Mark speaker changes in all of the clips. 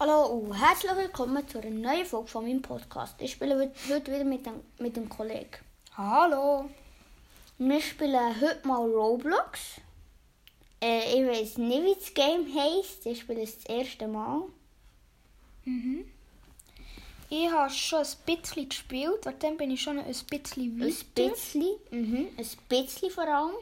Speaker 1: Hallo und herzlich willkommen zu einer neuen Folge von meinem Podcast. Ich spiele wi- heute wieder mit dem, mit dem Kollegen.
Speaker 2: Hallo.
Speaker 1: Wir spielen heute mal Roblox. Äh, ich weiß nicht, wie das Game heisst. Ich spiele es das erste Mal.
Speaker 2: Ich habe schon ein bisschen gespielt, und dann bin ich schon ein
Speaker 1: Ein
Speaker 2: bisschen weiter.
Speaker 1: bisschen. Mhm, ein bisschen vor allem.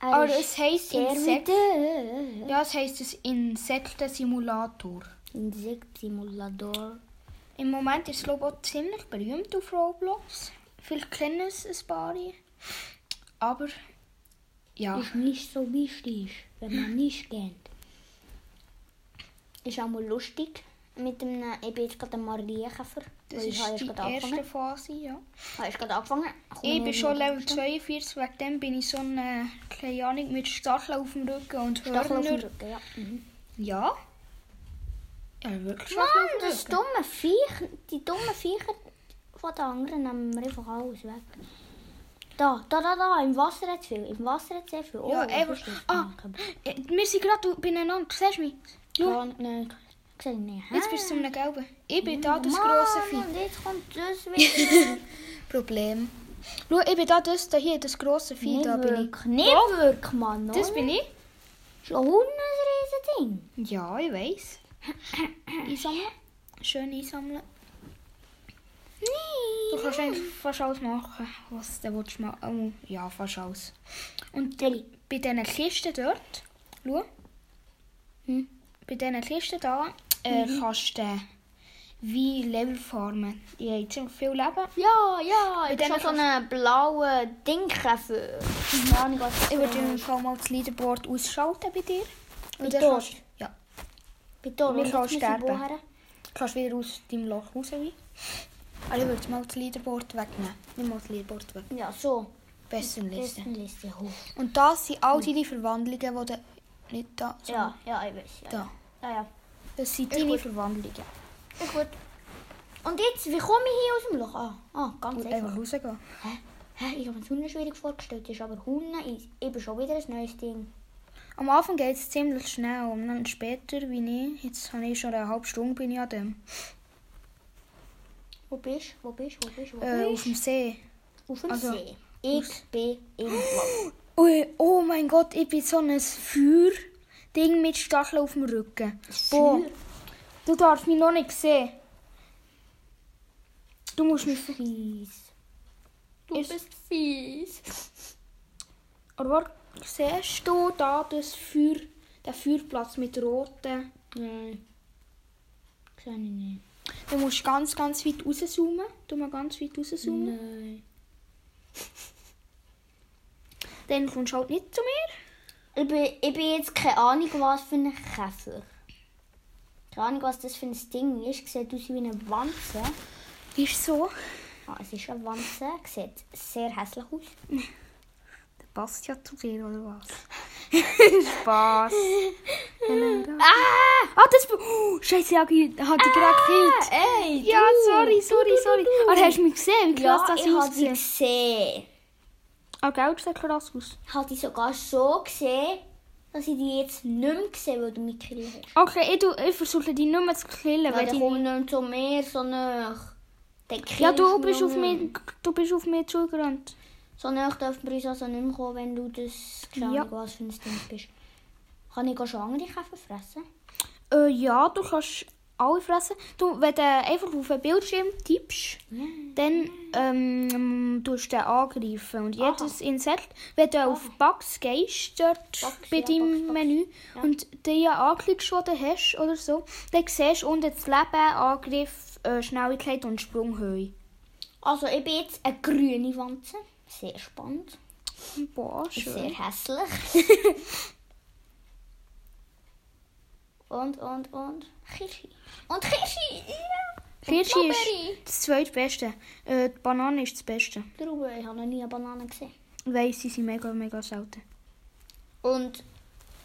Speaker 1: Er
Speaker 2: Aber
Speaker 1: ist
Speaker 2: es heisst
Speaker 1: sehr
Speaker 2: Insekt.
Speaker 1: mit-
Speaker 2: Ja, es heisst es Insektensimulator.
Speaker 1: Insektsimulator.
Speaker 2: Im Moment ist es glaube ich, auch ziemlich berühmt auf Roblox. Vielleicht kennen es ein paar. Aber ja,
Speaker 1: ist nicht so wichtig, wenn man nicht kennt. Ist auch mal lustig mit dem, äh, ich bin jetzt gerade am Marienkäfer.
Speaker 2: das
Speaker 1: weil
Speaker 2: ist
Speaker 1: habe erst
Speaker 2: die
Speaker 1: gerade
Speaker 2: erste
Speaker 1: angefangen.
Speaker 2: Phase. Ja.
Speaker 1: Ich habe erst gerade angefangen.
Speaker 2: Ich bin schon Level 42, wegen dem bin ich so eine kleine Ahnung mit Stacheln auf dem Rücken und
Speaker 1: Stachel auf dem
Speaker 2: Hörnern.
Speaker 1: Rücken, ja. Mhm.
Speaker 2: Ja? Ja, wirklich Stacheln
Speaker 1: Mann,
Speaker 2: auf dem
Speaker 1: das
Speaker 2: Rücken.
Speaker 1: dumme Viech, die dummen Viecher von den anderen nehmen wir einfach alles weg. Da, da, da, da, im Wasser hat es viel, im Wasser hat es sehr viel. Oh,
Speaker 2: Ja,
Speaker 1: wo
Speaker 2: einfach-
Speaker 1: bist du jetzt?
Speaker 2: ah. Äh, Wir sind gerade beieinander, siehst du mich? Schau,
Speaker 1: Ja, nein, ich sehe nicht.
Speaker 2: jetzt bist du zu einem Gelben. Ich bin da das
Speaker 1: Mann,
Speaker 2: grosse Vieh.
Speaker 1: Und jetzt kommt das wieder.
Speaker 2: Problem. Schau, ich bin da das, da hier, das grosse Vieh,
Speaker 1: Nicht
Speaker 2: da bin
Speaker 1: wirklich, nicht wirklich, Mann.
Speaker 2: ich. Das bin ich?
Speaker 1: Schon ein Riesending.
Speaker 2: Ja, ich weiß. Einsammeln. Schön einsammeln. Du
Speaker 1: Nein.
Speaker 2: kannst eigentlich fast alles machen, was du willst machen. Oh, ja, fast alles. Und
Speaker 1: Deli.
Speaker 2: bei diesen Kisten dort, schau.
Speaker 1: Hm.
Speaker 2: Bei diesen Kisten da äh, kannst du äh, wie Level farmen. Die haben ziemlich viel Leben.
Speaker 1: Ja, ja, ich
Speaker 2: Mit
Speaker 1: habe
Speaker 2: dem
Speaker 1: so einen blauen Dingkäfer. Keine Ahnung, was
Speaker 2: Ich würde im Fall mal das Leaderboard ausschalten bei dir.
Speaker 1: Bei
Speaker 2: Und dann
Speaker 1: dir?
Speaker 2: kannst, ja,
Speaker 1: Bitte,
Speaker 2: Wir können sterben.
Speaker 1: woher?
Speaker 2: kannst wieder aus deinem Loch raus. Rein. Aber ich würde mal das Leaderboard wegnehmen. Nimm mal das Leaderboord weg.
Speaker 1: Ja, so.
Speaker 2: Bestenliste.
Speaker 1: Bestenliste hoch.
Speaker 2: Und das sind all deine Verwandlungen, die du nicht da sind.
Speaker 1: Ja, ja, ich weiß. Ja,
Speaker 2: Da.
Speaker 1: ja. ja.
Speaker 2: Das sind
Speaker 1: Ist
Speaker 2: deine
Speaker 1: gut.
Speaker 2: Verwandlungen.
Speaker 1: Ist gut. Und jetzt, wie komme ich hier aus dem Loch? Ah, ah ganz
Speaker 2: Und
Speaker 1: einfach.
Speaker 2: einfach rausgehen.
Speaker 1: Hä? Hä? Ich habe mir das Hunde schwierig vorgestellt, das ist aber Hunde. Ich ich bin schon wieder ein neues Ding.
Speaker 2: Am Anfang geht es ziemlich schnell und dann später, wie ich, jetzt habe ich schon eine halbe Stunde bin ich an dem.
Speaker 1: Wo bist du? Wo bist du? Wo bist du? Wo
Speaker 2: Äh, auf
Speaker 1: bist du?
Speaker 2: dem See.
Speaker 1: Auf dem
Speaker 2: also-
Speaker 1: See. Ich bin im Loch.
Speaker 2: Ui, oh mein Gott, ich bin so ein Feuer-Ding mit Stacheln auf dem Rücken. Boah,
Speaker 1: Feuer?
Speaker 2: du darfst mich noch nicht sehen. Du musst mich...
Speaker 1: Fies. Du
Speaker 2: Ist-
Speaker 1: bist fies.
Speaker 2: Aber warte, siehst du da das Feuer, den Feuerplatz mit roten...
Speaker 1: Nein. Sehe ich nicht.
Speaker 2: Du musst ganz, ganz weit rauszoomen. Du mal ganz weit rauszoomen.
Speaker 1: Nein.
Speaker 2: Dann kommst du halt nicht zu mir.
Speaker 1: Ich bin, ich bin jetzt keine Ahnung, was für ein Käfer. Keine Ahnung, was das für ein Ding ist. Sieht aus wie eine Wanze.
Speaker 2: Ist so.
Speaker 1: Ah, es ist eine Wanze. Sieht sehr hässlich aus.
Speaker 2: Der passt ja zu dir, oder was? Spaß.
Speaker 1: Ah!
Speaker 2: Ah, das... Oh, Scheiße, ich habe die gerade gefehlt.
Speaker 1: Ey!
Speaker 2: Ja, sorry, sorry, sorry. Oh, Aber hast du mich gesehen, wie krass
Speaker 1: Ja,
Speaker 2: das
Speaker 1: ich habe sie
Speaker 2: aussieht?
Speaker 1: gesehen.
Speaker 2: Ah, gell, das sieht krass aus.
Speaker 1: Ich habe die sogar so gesehen, dass ich die jetzt nicht mehr gesehen weil du mich gekillt hast.
Speaker 2: Okay, ich, tu- ich versuche dich nicht mehr zu killen,
Speaker 1: Weil
Speaker 2: weil
Speaker 1: die
Speaker 2: die...
Speaker 1: kommen nicht zu mir so nah. Dann
Speaker 2: Ja,
Speaker 1: killst
Speaker 2: du
Speaker 1: mich
Speaker 2: bist,
Speaker 1: noch
Speaker 2: auf
Speaker 1: nicht.
Speaker 2: mich, du bist auf mich zugerannt.
Speaker 1: So nah dürfen wir uns also nicht mehr kommen, wenn du das keine
Speaker 2: Ja.
Speaker 1: dus Ahnung, was für ein Ding bist. Kann ich auch schon andere Käfer fressen?
Speaker 2: Äh, ja, du kannst alle fressen. Du, wenn du einfach auf den Bildschirm tippst,
Speaker 1: Mm.
Speaker 2: dann ähm, tust du den angreifen. Und jedes Insekt, wenn du auf Bugs gehst, dort
Speaker 1: Bugs,
Speaker 2: bei
Speaker 1: Ah. ja,
Speaker 2: deinem
Speaker 1: Bugs, Bugs.
Speaker 2: Menü, und die anklickst, die du hast oder so, dann siehst du unten das Leben, Angriff, äh, Schnelligkeit und Sprunghöhe.
Speaker 1: Also ich bin jetzt eine grüne Wanze. Sehr spannend.
Speaker 2: Boah, schön.
Speaker 1: Sehr hässlich. und, und, und. Kirschi. Und Kirschi! Ja.
Speaker 2: Kirsche
Speaker 1: Strawberry.
Speaker 2: ist das zweitbeste. Äh, die Banane ist das Beste.
Speaker 1: Trauben, ich habe noch nie eine Banane gesehen.
Speaker 2: Ich weiss, sie sind mega, mega selten.
Speaker 1: Und,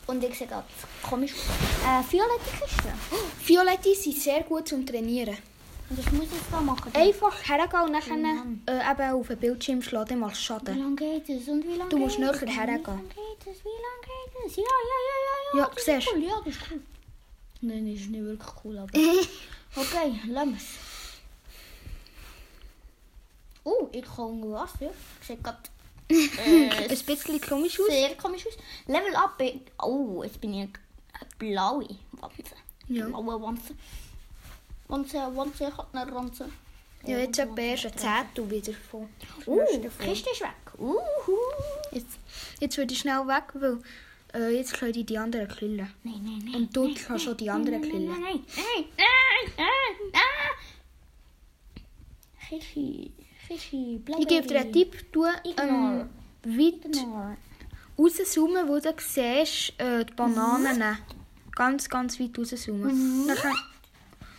Speaker 1: und ich sehe gerade komisch aus. Äh, violette Kiste.
Speaker 2: Violette sind sehr gut zum Trainieren.
Speaker 1: Und ich muss jetzt da machen.
Speaker 2: Einfach hergehen und
Speaker 1: Genau.
Speaker 2: dann äh, eben auf den Bildschirm schlagen, dann machst du
Speaker 1: Wie
Speaker 2: Schaden.
Speaker 1: lange geht es? Und wie lange
Speaker 2: Du musst
Speaker 1: geht es?
Speaker 2: näher
Speaker 1: Und
Speaker 2: hergehen.
Speaker 1: Wie lange geht es? Wie lange geht es? Ja, ja, ja, ja.
Speaker 2: Ja,
Speaker 1: das ist
Speaker 2: siehst.
Speaker 1: cool. Ja, das ist cool. Nein, das ist nicht wirklich cool, aber. Okay, lassen wir es. Oh, ich kann unter Wasser. Sieht gerade Eh,
Speaker 2: Ein bisschen komisch aus.
Speaker 1: sehr komisch aus. Level up. ich- Oh, jetzt bin ich eine blaue Wanze.
Speaker 2: Ja.
Speaker 1: Blaue Wanze. Wanze, Wanze, ich hab eine Wanze.
Speaker 2: Ja, jetzt etwa erst ein Zettel wieder von.
Speaker 1: Uh,
Speaker 2: Rest
Speaker 1: die
Speaker 2: davon.
Speaker 1: Kiste ist weg. Uhu.
Speaker 2: Jetzt, jetzt würde ich schnell weg, weil äh, jetzt können die, die anderen killen.
Speaker 1: Nein, nein, nein.
Speaker 2: Und du kannst schon die anderen
Speaker 1: nein, nein,
Speaker 2: killen.
Speaker 1: nein, nein, nein, nein, nein. Kirschi, Kirschi,
Speaker 2: Ich gebe dir einen Tipp, du
Speaker 1: Ignore.
Speaker 2: ähm, weit
Speaker 1: Ignore.
Speaker 2: rauszoomen, wo du siehst, äh, die Bananen.
Speaker 1: Mhm.
Speaker 2: Ganz, ganz weit rauszoomen. Dann kann-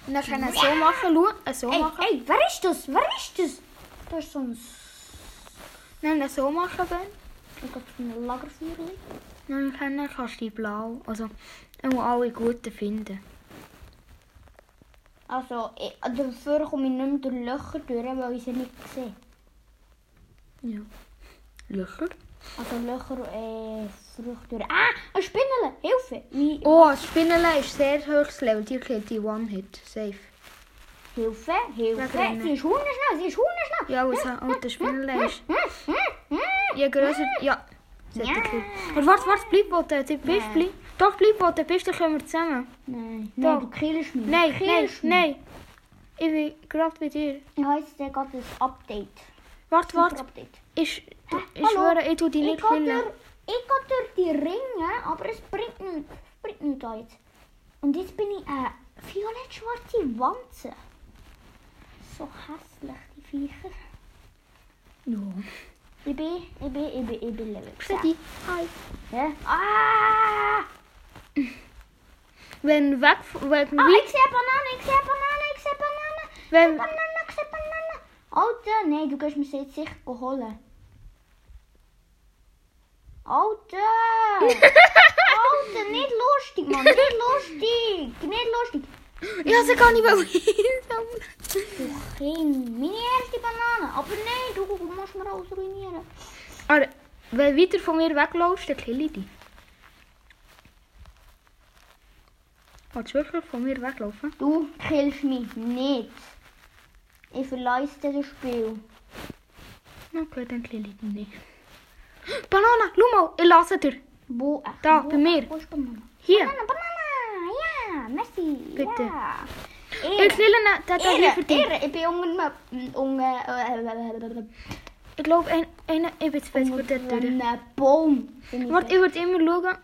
Speaker 2: Dann können wir so machen, schau, äh, so
Speaker 1: Mhm. Ey,
Speaker 2: machen.
Speaker 1: ey, wer ist das? Wer ist das? Da ist so ein...
Speaker 2: Dann so machen, Ben.
Speaker 1: Ich hab so ein Lagerfeuer.
Speaker 2: Dann können- kannst du die blau, also äh, alle guten finden.
Speaker 1: Also, ich, dafür komme ich nicht mehr durch Löcher durch, weil ich sie nicht sehe.
Speaker 2: Ja. Löcher.
Speaker 1: Also Löcher, äh, Früchte durch. Ah, eine Spinne! Hilfe! Wie,
Speaker 2: Oh, das Spinnele ist sehr hohes Level, die killt die One-Hit, safe.
Speaker 1: Hilfe,
Speaker 2: Weg
Speaker 1: Hilfe!
Speaker 2: rennen.
Speaker 1: Sie ist hunderschnell, sie ist hunderschnell!
Speaker 2: Ja, was und der Spinnele ist... Je grösser... Ja. Das hat er gekillt. Aber warte, warte, bleib wo du bist,
Speaker 1: Nee.
Speaker 2: bleib. Doch, bleib wo du bist, dann können wir zusammen.
Speaker 1: Nein,
Speaker 2: Da.
Speaker 1: nein, du killst mich.
Speaker 2: Nein,
Speaker 1: du
Speaker 2: nein,
Speaker 1: killst mich.
Speaker 2: nein. Ich bin gerade bei dir.
Speaker 1: Ja, jetzt geht ein dus Update.
Speaker 2: Warte, warte.
Speaker 1: Update.
Speaker 2: Ich, ich
Speaker 1: hallo?
Speaker 2: schwöre, ich tue dich
Speaker 1: Ich
Speaker 2: nicht
Speaker 1: gehe durch,
Speaker 2: killen.
Speaker 1: ich gehe durch die Ringe, aber es bringt nichts. Es bringt nichts auch jetzt. Und jetzt bin ich eine violett-schwarze Wanze. So hässlich, die Viecher.
Speaker 2: Ja.
Speaker 1: Ich bin, ich bin, ich bin, ich bin Level 10.
Speaker 2: Sidi, hi.
Speaker 1: Ja. Ah!
Speaker 2: Wenn weg, wenn
Speaker 1: ah!
Speaker 2: wie,
Speaker 1: Ich sehe eine Banane, ich sehe eine Banane, ich sehe eine Banane. Ich sehe eine
Speaker 2: wenn,
Speaker 1: Banane, ich sehe eine Banane. Alter, nein, du kannst mir sie jetzt sicher holen. Alter! Alter, nicht lustig, Mann, nicht lustig. Nicht lustig.
Speaker 2: ich hasse gar nicht wollen.
Speaker 1: Du Kind, meine erste Banane. Aber nein, du musst mir alles ruinieren.
Speaker 2: Aber wenn du weiter von mir wegläufst, dann kill ich dich. Willst du wirklich von mir weglaufen?
Speaker 1: Du killst mich nicht. Ich verlasse das Spiel.
Speaker 2: Okay, dann kill ich dich nicht. Banane, schau mal, ich lasse dir.
Speaker 1: Wo?
Speaker 2: Da,
Speaker 1: wo-
Speaker 2: bei mir.
Speaker 1: Wo ist Banane?
Speaker 2: Hier.
Speaker 1: Banane, Banane. Ja, merci.
Speaker 2: Bitte.
Speaker 1: Ja.
Speaker 2: Ich kill ihn, der hat auch lieber
Speaker 1: Ehre,
Speaker 2: dich.
Speaker 1: Ehre, ich bin unter einem unter, äh,
Speaker 2: Ich glaube, ein, einer, ich bin zu fest für
Speaker 1: unter
Speaker 2: den Tür.
Speaker 1: einem Baum. Bin ich
Speaker 2: Warte, ich würde immer schauen.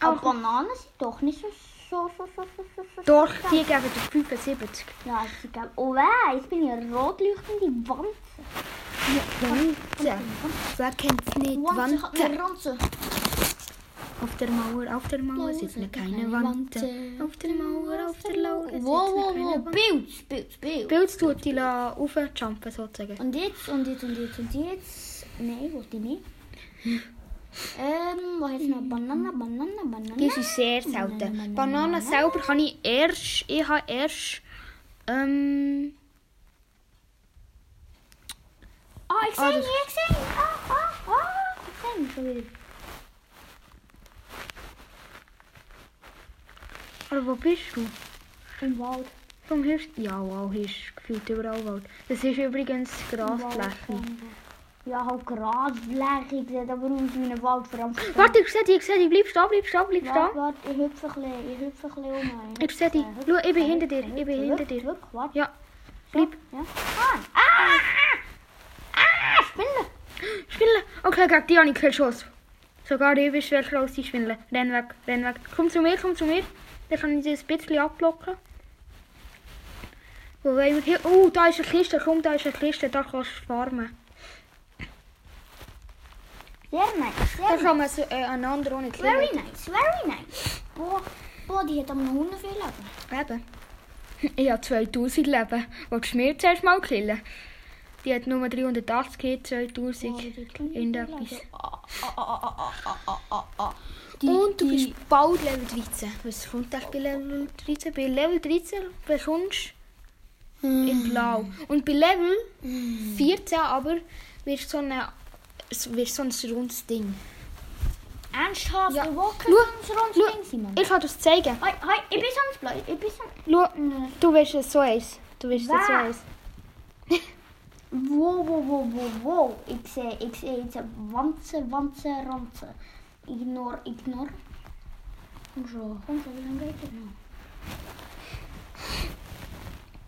Speaker 1: Aber
Speaker 2: Aber
Speaker 1: Bananen sind doch nicht so, so, so, so, so, so, so.
Speaker 2: doch,
Speaker 1: so-
Speaker 2: die geben dir 75.
Speaker 1: Ja, sie geben- Oh, weh, jetzt bin ich eine rot leuchtende Wanze.
Speaker 2: Wanze. Wer kennt es nicht?
Speaker 1: Wanze hat eine Ranze.
Speaker 2: Auf der Mauer, auf der Mauer sitzen keine Wante. Auf der Mauer, auf der Lauer sitzen
Speaker 1: Wow, wow,
Speaker 2: keine
Speaker 1: wow,
Speaker 2: Wante.
Speaker 1: Pilz, Pilz, Pilz.
Speaker 2: Pilz tut die raufjumpen sozusagen.
Speaker 1: Und jetzt, und jetzt, und jetzt, und jetzt. Nein, wollte ich nicht. ähm, wo jetzt noch Banane, Banane, Banane?
Speaker 2: Die sind sehr selten. Bananen selber kann ich erst, ich habe erst, ähm,
Speaker 1: Ah, ik zie
Speaker 2: Ah,
Speaker 1: hem,
Speaker 2: dus-
Speaker 1: ik zie hem. Ah, ah, ah. Ik zie hem zo weer.
Speaker 2: aber wo bist du?
Speaker 1: Im Wald.
Speaker 2: Vom Hirsch? Ja, wow, Hirsch, gefühlt überall Wald. Das ist übrigens
Speaker 1: Im Wald
Speaker 2: Grasfläche.
Speaker 1: gewoon. Ja, ook grasvlek. Ik zit aber aus in een Wald veranderd.
Speaker 2: Warte, ich sehe dich, ich sehe dich, bleib stehen, bleib stehen, bleib
Speaker 1: Warte,
Speaker 2: stehen.
Speaker 1: warte, ich hüpfe ein bisschen, ich hüpfe ein bisschen um.
Speaker 2: Ich sehe dich, schau, ich bin hinter dir, ich bin hinter dir.
Speaker 1: Wirklich, warte.
Speaker 2: Ja, bleib.
Speaker 1: Ja. Ah, ah, ah, Spinne.
Speaker 2: Spindel! Okay, gegen Oh, die habe ich keinen Schuss. Sogar ich bin schwächer als die Spindel. Renn weg, renn weg. Komm zu mir, komm zu mir. Dann kann ich das ein bisschen abblocken. Wo wollen wir hier? Oh, da ist eine Kiste. Komm, da ist eine Kiste. Da kannst du farmen.
Speaker 1: Sehr nice,
Speaker 2: Da
Speaker 1: sehr nice.
Speaker 2: kann man so, äh, einander ohne
Speaker 1: Very
Speaker 2: killen.
Speaker 1: nice, very nice. Boah, boah, die hat aber noch hundert viel Leben.
Speaker 2: Eben. Ich habe 2000 Leben. Willst du mir zuerst mal killen? Die hat nur 380 Hit, 2000. Irgendetwas. Und du bist bald Level 13. Was kommt echt bei Level 13? Bei Level 13 bekommst du in Blau. Und bei Level 14 aber wirst du so, eine, wirst du so ein rundes Ding.
Speaker 1: Ernsthaft?
Speaker 2: Ja.
Speaker 1: Wir walken
Speaker 2: Schau,
Speaker 1: uns rund
Speaker 2: schau.
Speaker 1: ring, Simon.
Speaker 2: Ich kann dir das zeigen.
Speaker 1: Hoi, hoi, ich bin sonst blöd. Ich bin sonst...
Speaker 2: Schau, du wirst es so eins. Du wirst es so
Speaker 1: Wer?
Speaker 2: eins.
Speaker 1: Wow, wow, wow, wow, wow. Ik zei, ik zei iets. Wansen, wansen, ransen. Ignor, ignor. Kom zo. Kom zo, we zijn beter nou.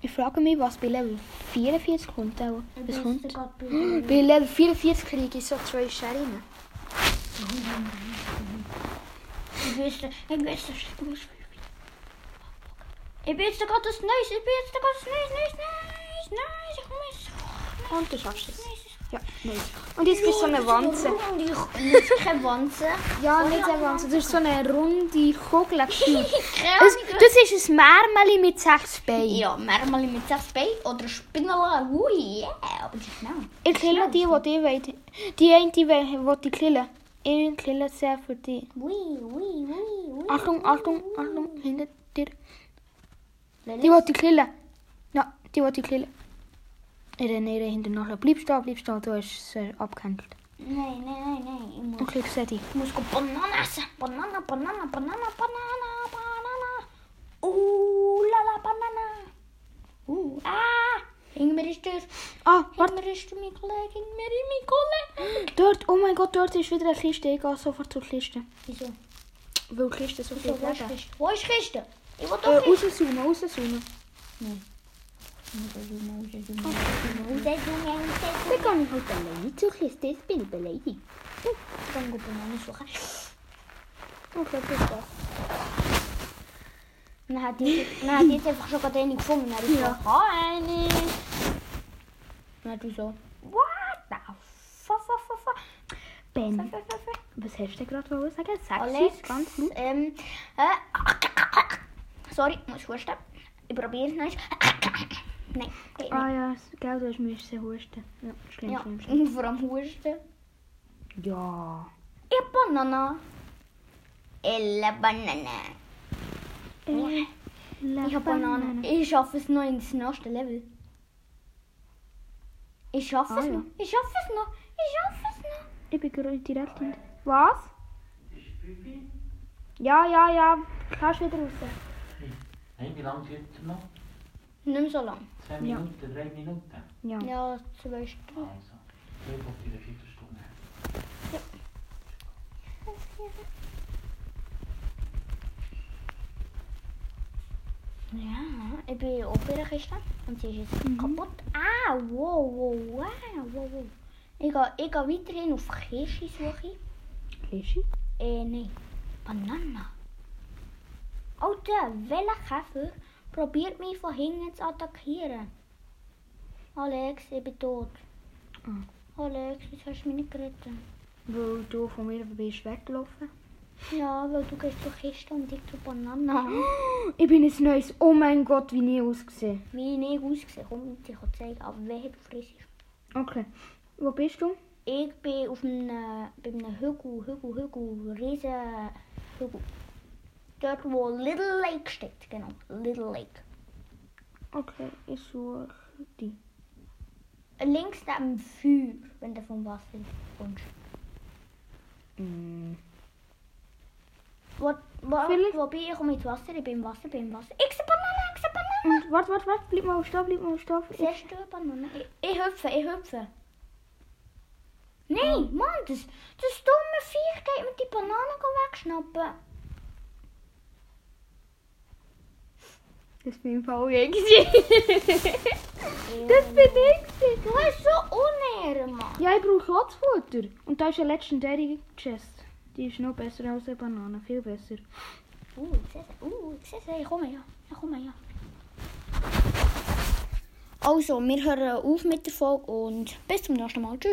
Speaker 2: Ich frage mich, was bei Level 44 kommt. Auch. Was kommt?
Speaker 1: kommt?
Speaker 2: Bei Level 44 kriege ich so zwei Scheren.
Speaker 1: Ik wist het, ik wist het. Ik wist het. Ik wist het, ik had het neus. Ik wist het, ik had het neus, neus, neus, neus. Ik mis
Speaker 2: Und du schaffst es.
Speaker 1: neus.
Speaker 2: Ja, nein. Und jetzt bist du so eine Wanze.
Speaker 1: Niet geen wansen.
Speaker 2: Ja, nicht eine Wanze. Das ist so eine runde Kugel. das, Dus,
Speaker 1: Geen
Speaker 2: das ist ein Märmeli mit sechs Beinen.
Speaker 1: Ja, maar maar met zes bij. Oder spinnelen. Oei, ja. Op de snel.
Speaker 2: Ich kille die, die die wollen. Die eine, die will die killen. Ich kille sehr für die.
Speaker 1: Oei, oei, oei, oei.
Speaker 2: Achtung, Achtung, Achtung, hinter dir. Die
Speaker 1: Lillis.
Speaker 2: will die killen. Ja, die will die killen. Irene, Irene, hinter nachher. Bleib stehen, bleib stehen, du hast sie abgehändelt.
Speaker 1: Nee, nee, nee, nee. Ik moet,
Speaker 2: Und klick sie die.
Speaker 1: ik moest op bananen essen. Bananen, bananen, bananen, bananen, bananen. Oeh, la la, bananen. Oeh, ah. Hing mir ist das.
Speaker 2: Ah,
Speaker 1: Hing
Speaker 2: warte,
Speaker 1: mir ist mein Kollege. Hing mir ist mein Kollege.
Speaker 2: dort, oh mein Gott, dort ist wieder eine Kiste. Ich gehe sofort zur Kiste.
Speaker 1: Wieso?
Speaker 2: Weil die Kiste so viel
Speaker 1: Wieso? Wo ist
Speaker 2: geben.
Speaker 1: Kiste? Wo ist Kiste? Ich will
Speaker 2: Äh,
Speaker 1: doch Kiste.
Speaker 2: rauszoomen, rauszoomen.
Speaker 1: Ich
Speaker 2: Dann gehe ich halt alleine zur Kiste, jetzt bin ich beleidigt.
Speaker 1: kann gut Bananen suchen.
Speaker 2: Okay, bis dann.
Speaker 1: Dann hat die, dann hat die jetzt einfach schon gerade eine gefunden. Dann hat die
Speaker 2: Ja.
Speaker 1: so, «Ah, eine. Dann hat die so, what the fuck, fuck, fuck, fuck.
Speaker 2: Ben,
Speaker 1: fuck, fuck, fuck, fuck.
Speaker 2: was hast du gerade wollen sagen? Sexy,
Speaker 1: Alex,
Speaker 2: ganz laut.
Speaker 1: ähm, äh, sorry, muss husten. Ich probiere es nicht. Nein, geht
Speaker 2: Ah
Speaker 1: nicht.
Speaker 2: ja, gell, du hast müssen husten. Ja, schlimm,
Speaker 1: Ja,
Speaker 2: schlimm, schlimm.
Speaker 1: vor allem husten.
Speaker 2: Ja.
Speaker 1: Ich hab Banana. Elle Banana.
Speaker 2: Äh,
Speaker 1: Ich habe Bananen. Ich schaffe es noch ins nächste Level. Ich schaffe
Speaker 2: Ah,
Speaker 1: es
Speaker 2: ja.
Speaker 1: noch. Ich schaffe es noch. Ich schaffe es noch.
Speaker 2: Ich bin gerade direkt hinter. Was? Ja, ja, ja. Kannst wieder raus.
Speaker 3: Hey, wie lange geht er noch?
Speaker 1: Nicht mehr so lang.
Speaker 3: Zwei
Speaker 2: Ja.
Speaker 3: Minuten, drei Minuten?
Speaker 2: Ja.
Speaker 1: Ja, zwei Stunden.
Speaker 3: Also, ich glaube, in der Viertelstunde.
Speaker 1: Ja, ich bin auch bei der Kiste. Und sie ist
Speaker 2: Mhm.
Speaker 1: jetzt kaputt. Ah, wow, wow, wow, wow, wow. Ich gehe, ich gehe weiterhin auf Kirschensuche.
Speaker 2: Klischee.
Speaker 1: Äh, nein. Banana. Alter, welcher Käfer probiert mich von hinten zu attackieren? Alex, ich bin tot.
Speaker 2: Ah.
Speaker 1: Alex, jetzt hast du mich nicht gerettet.
Speaker 2: Weil du von mir bist weggelaufen.
Speaker 1: Ja, weil du gehst zur Kiste und ich zur Banana.
Speaker 2: Ich bin ein neues. Oh mein Gott, wie nie ausgesehen.
Speaker 1: Wie ich nicht ausgesehen Komm, ich kann dir zeigen, ab wer du frisst.
Speaker 2: Okay. Wo bist du?
Speaker 1: Ich bin auf einem, bei einem Hügel, Hügel, Hügel, riesen Hügel. Dort, wo Little Lake steht, genau. Little Lake.
Speaker 2: Okay, ich suche dich.
Speaker 1: Links neben dem Feuer, wenn du vom Wasser kommst.
Speaker 2: Mm.
Speaker 1: Wo, wo,
Speaker 2: Vielleicht-
Speaker 1: wobei ich komme ins Wasser, ich bin im Wasser, ich bin im Wasser. Ich sehe Banane, ich sehe Banane.
Speaker 2: Und warte, warte, warte. Bleib mal auf Stoff, bleib mal auf Stoff. Ich-
Speaker 1: Siehst du eine Banane? Ich, ich hüpfe, ich hüpfe. Nein, Mann, das, das dumme Viech geht mit die Banane wegschnappen.
Speaker 2: Das bin ich auch gesehen.
Speaker 1: Das bin ich. Du bist so unehr, Mann.
Speaker 2: Ja, ich brauche auch das Futter. Und da ist eine legendäre Chest. Die ist noch besser als eine Banane, viel besser.
Speaker 1: Uh, ich sehe sie. Uh, ich sehe sie. Ich komme ja. Ich komme ja. Also, wir hören auf mit der Folge und bis zum nächsten Mal. Tschüss.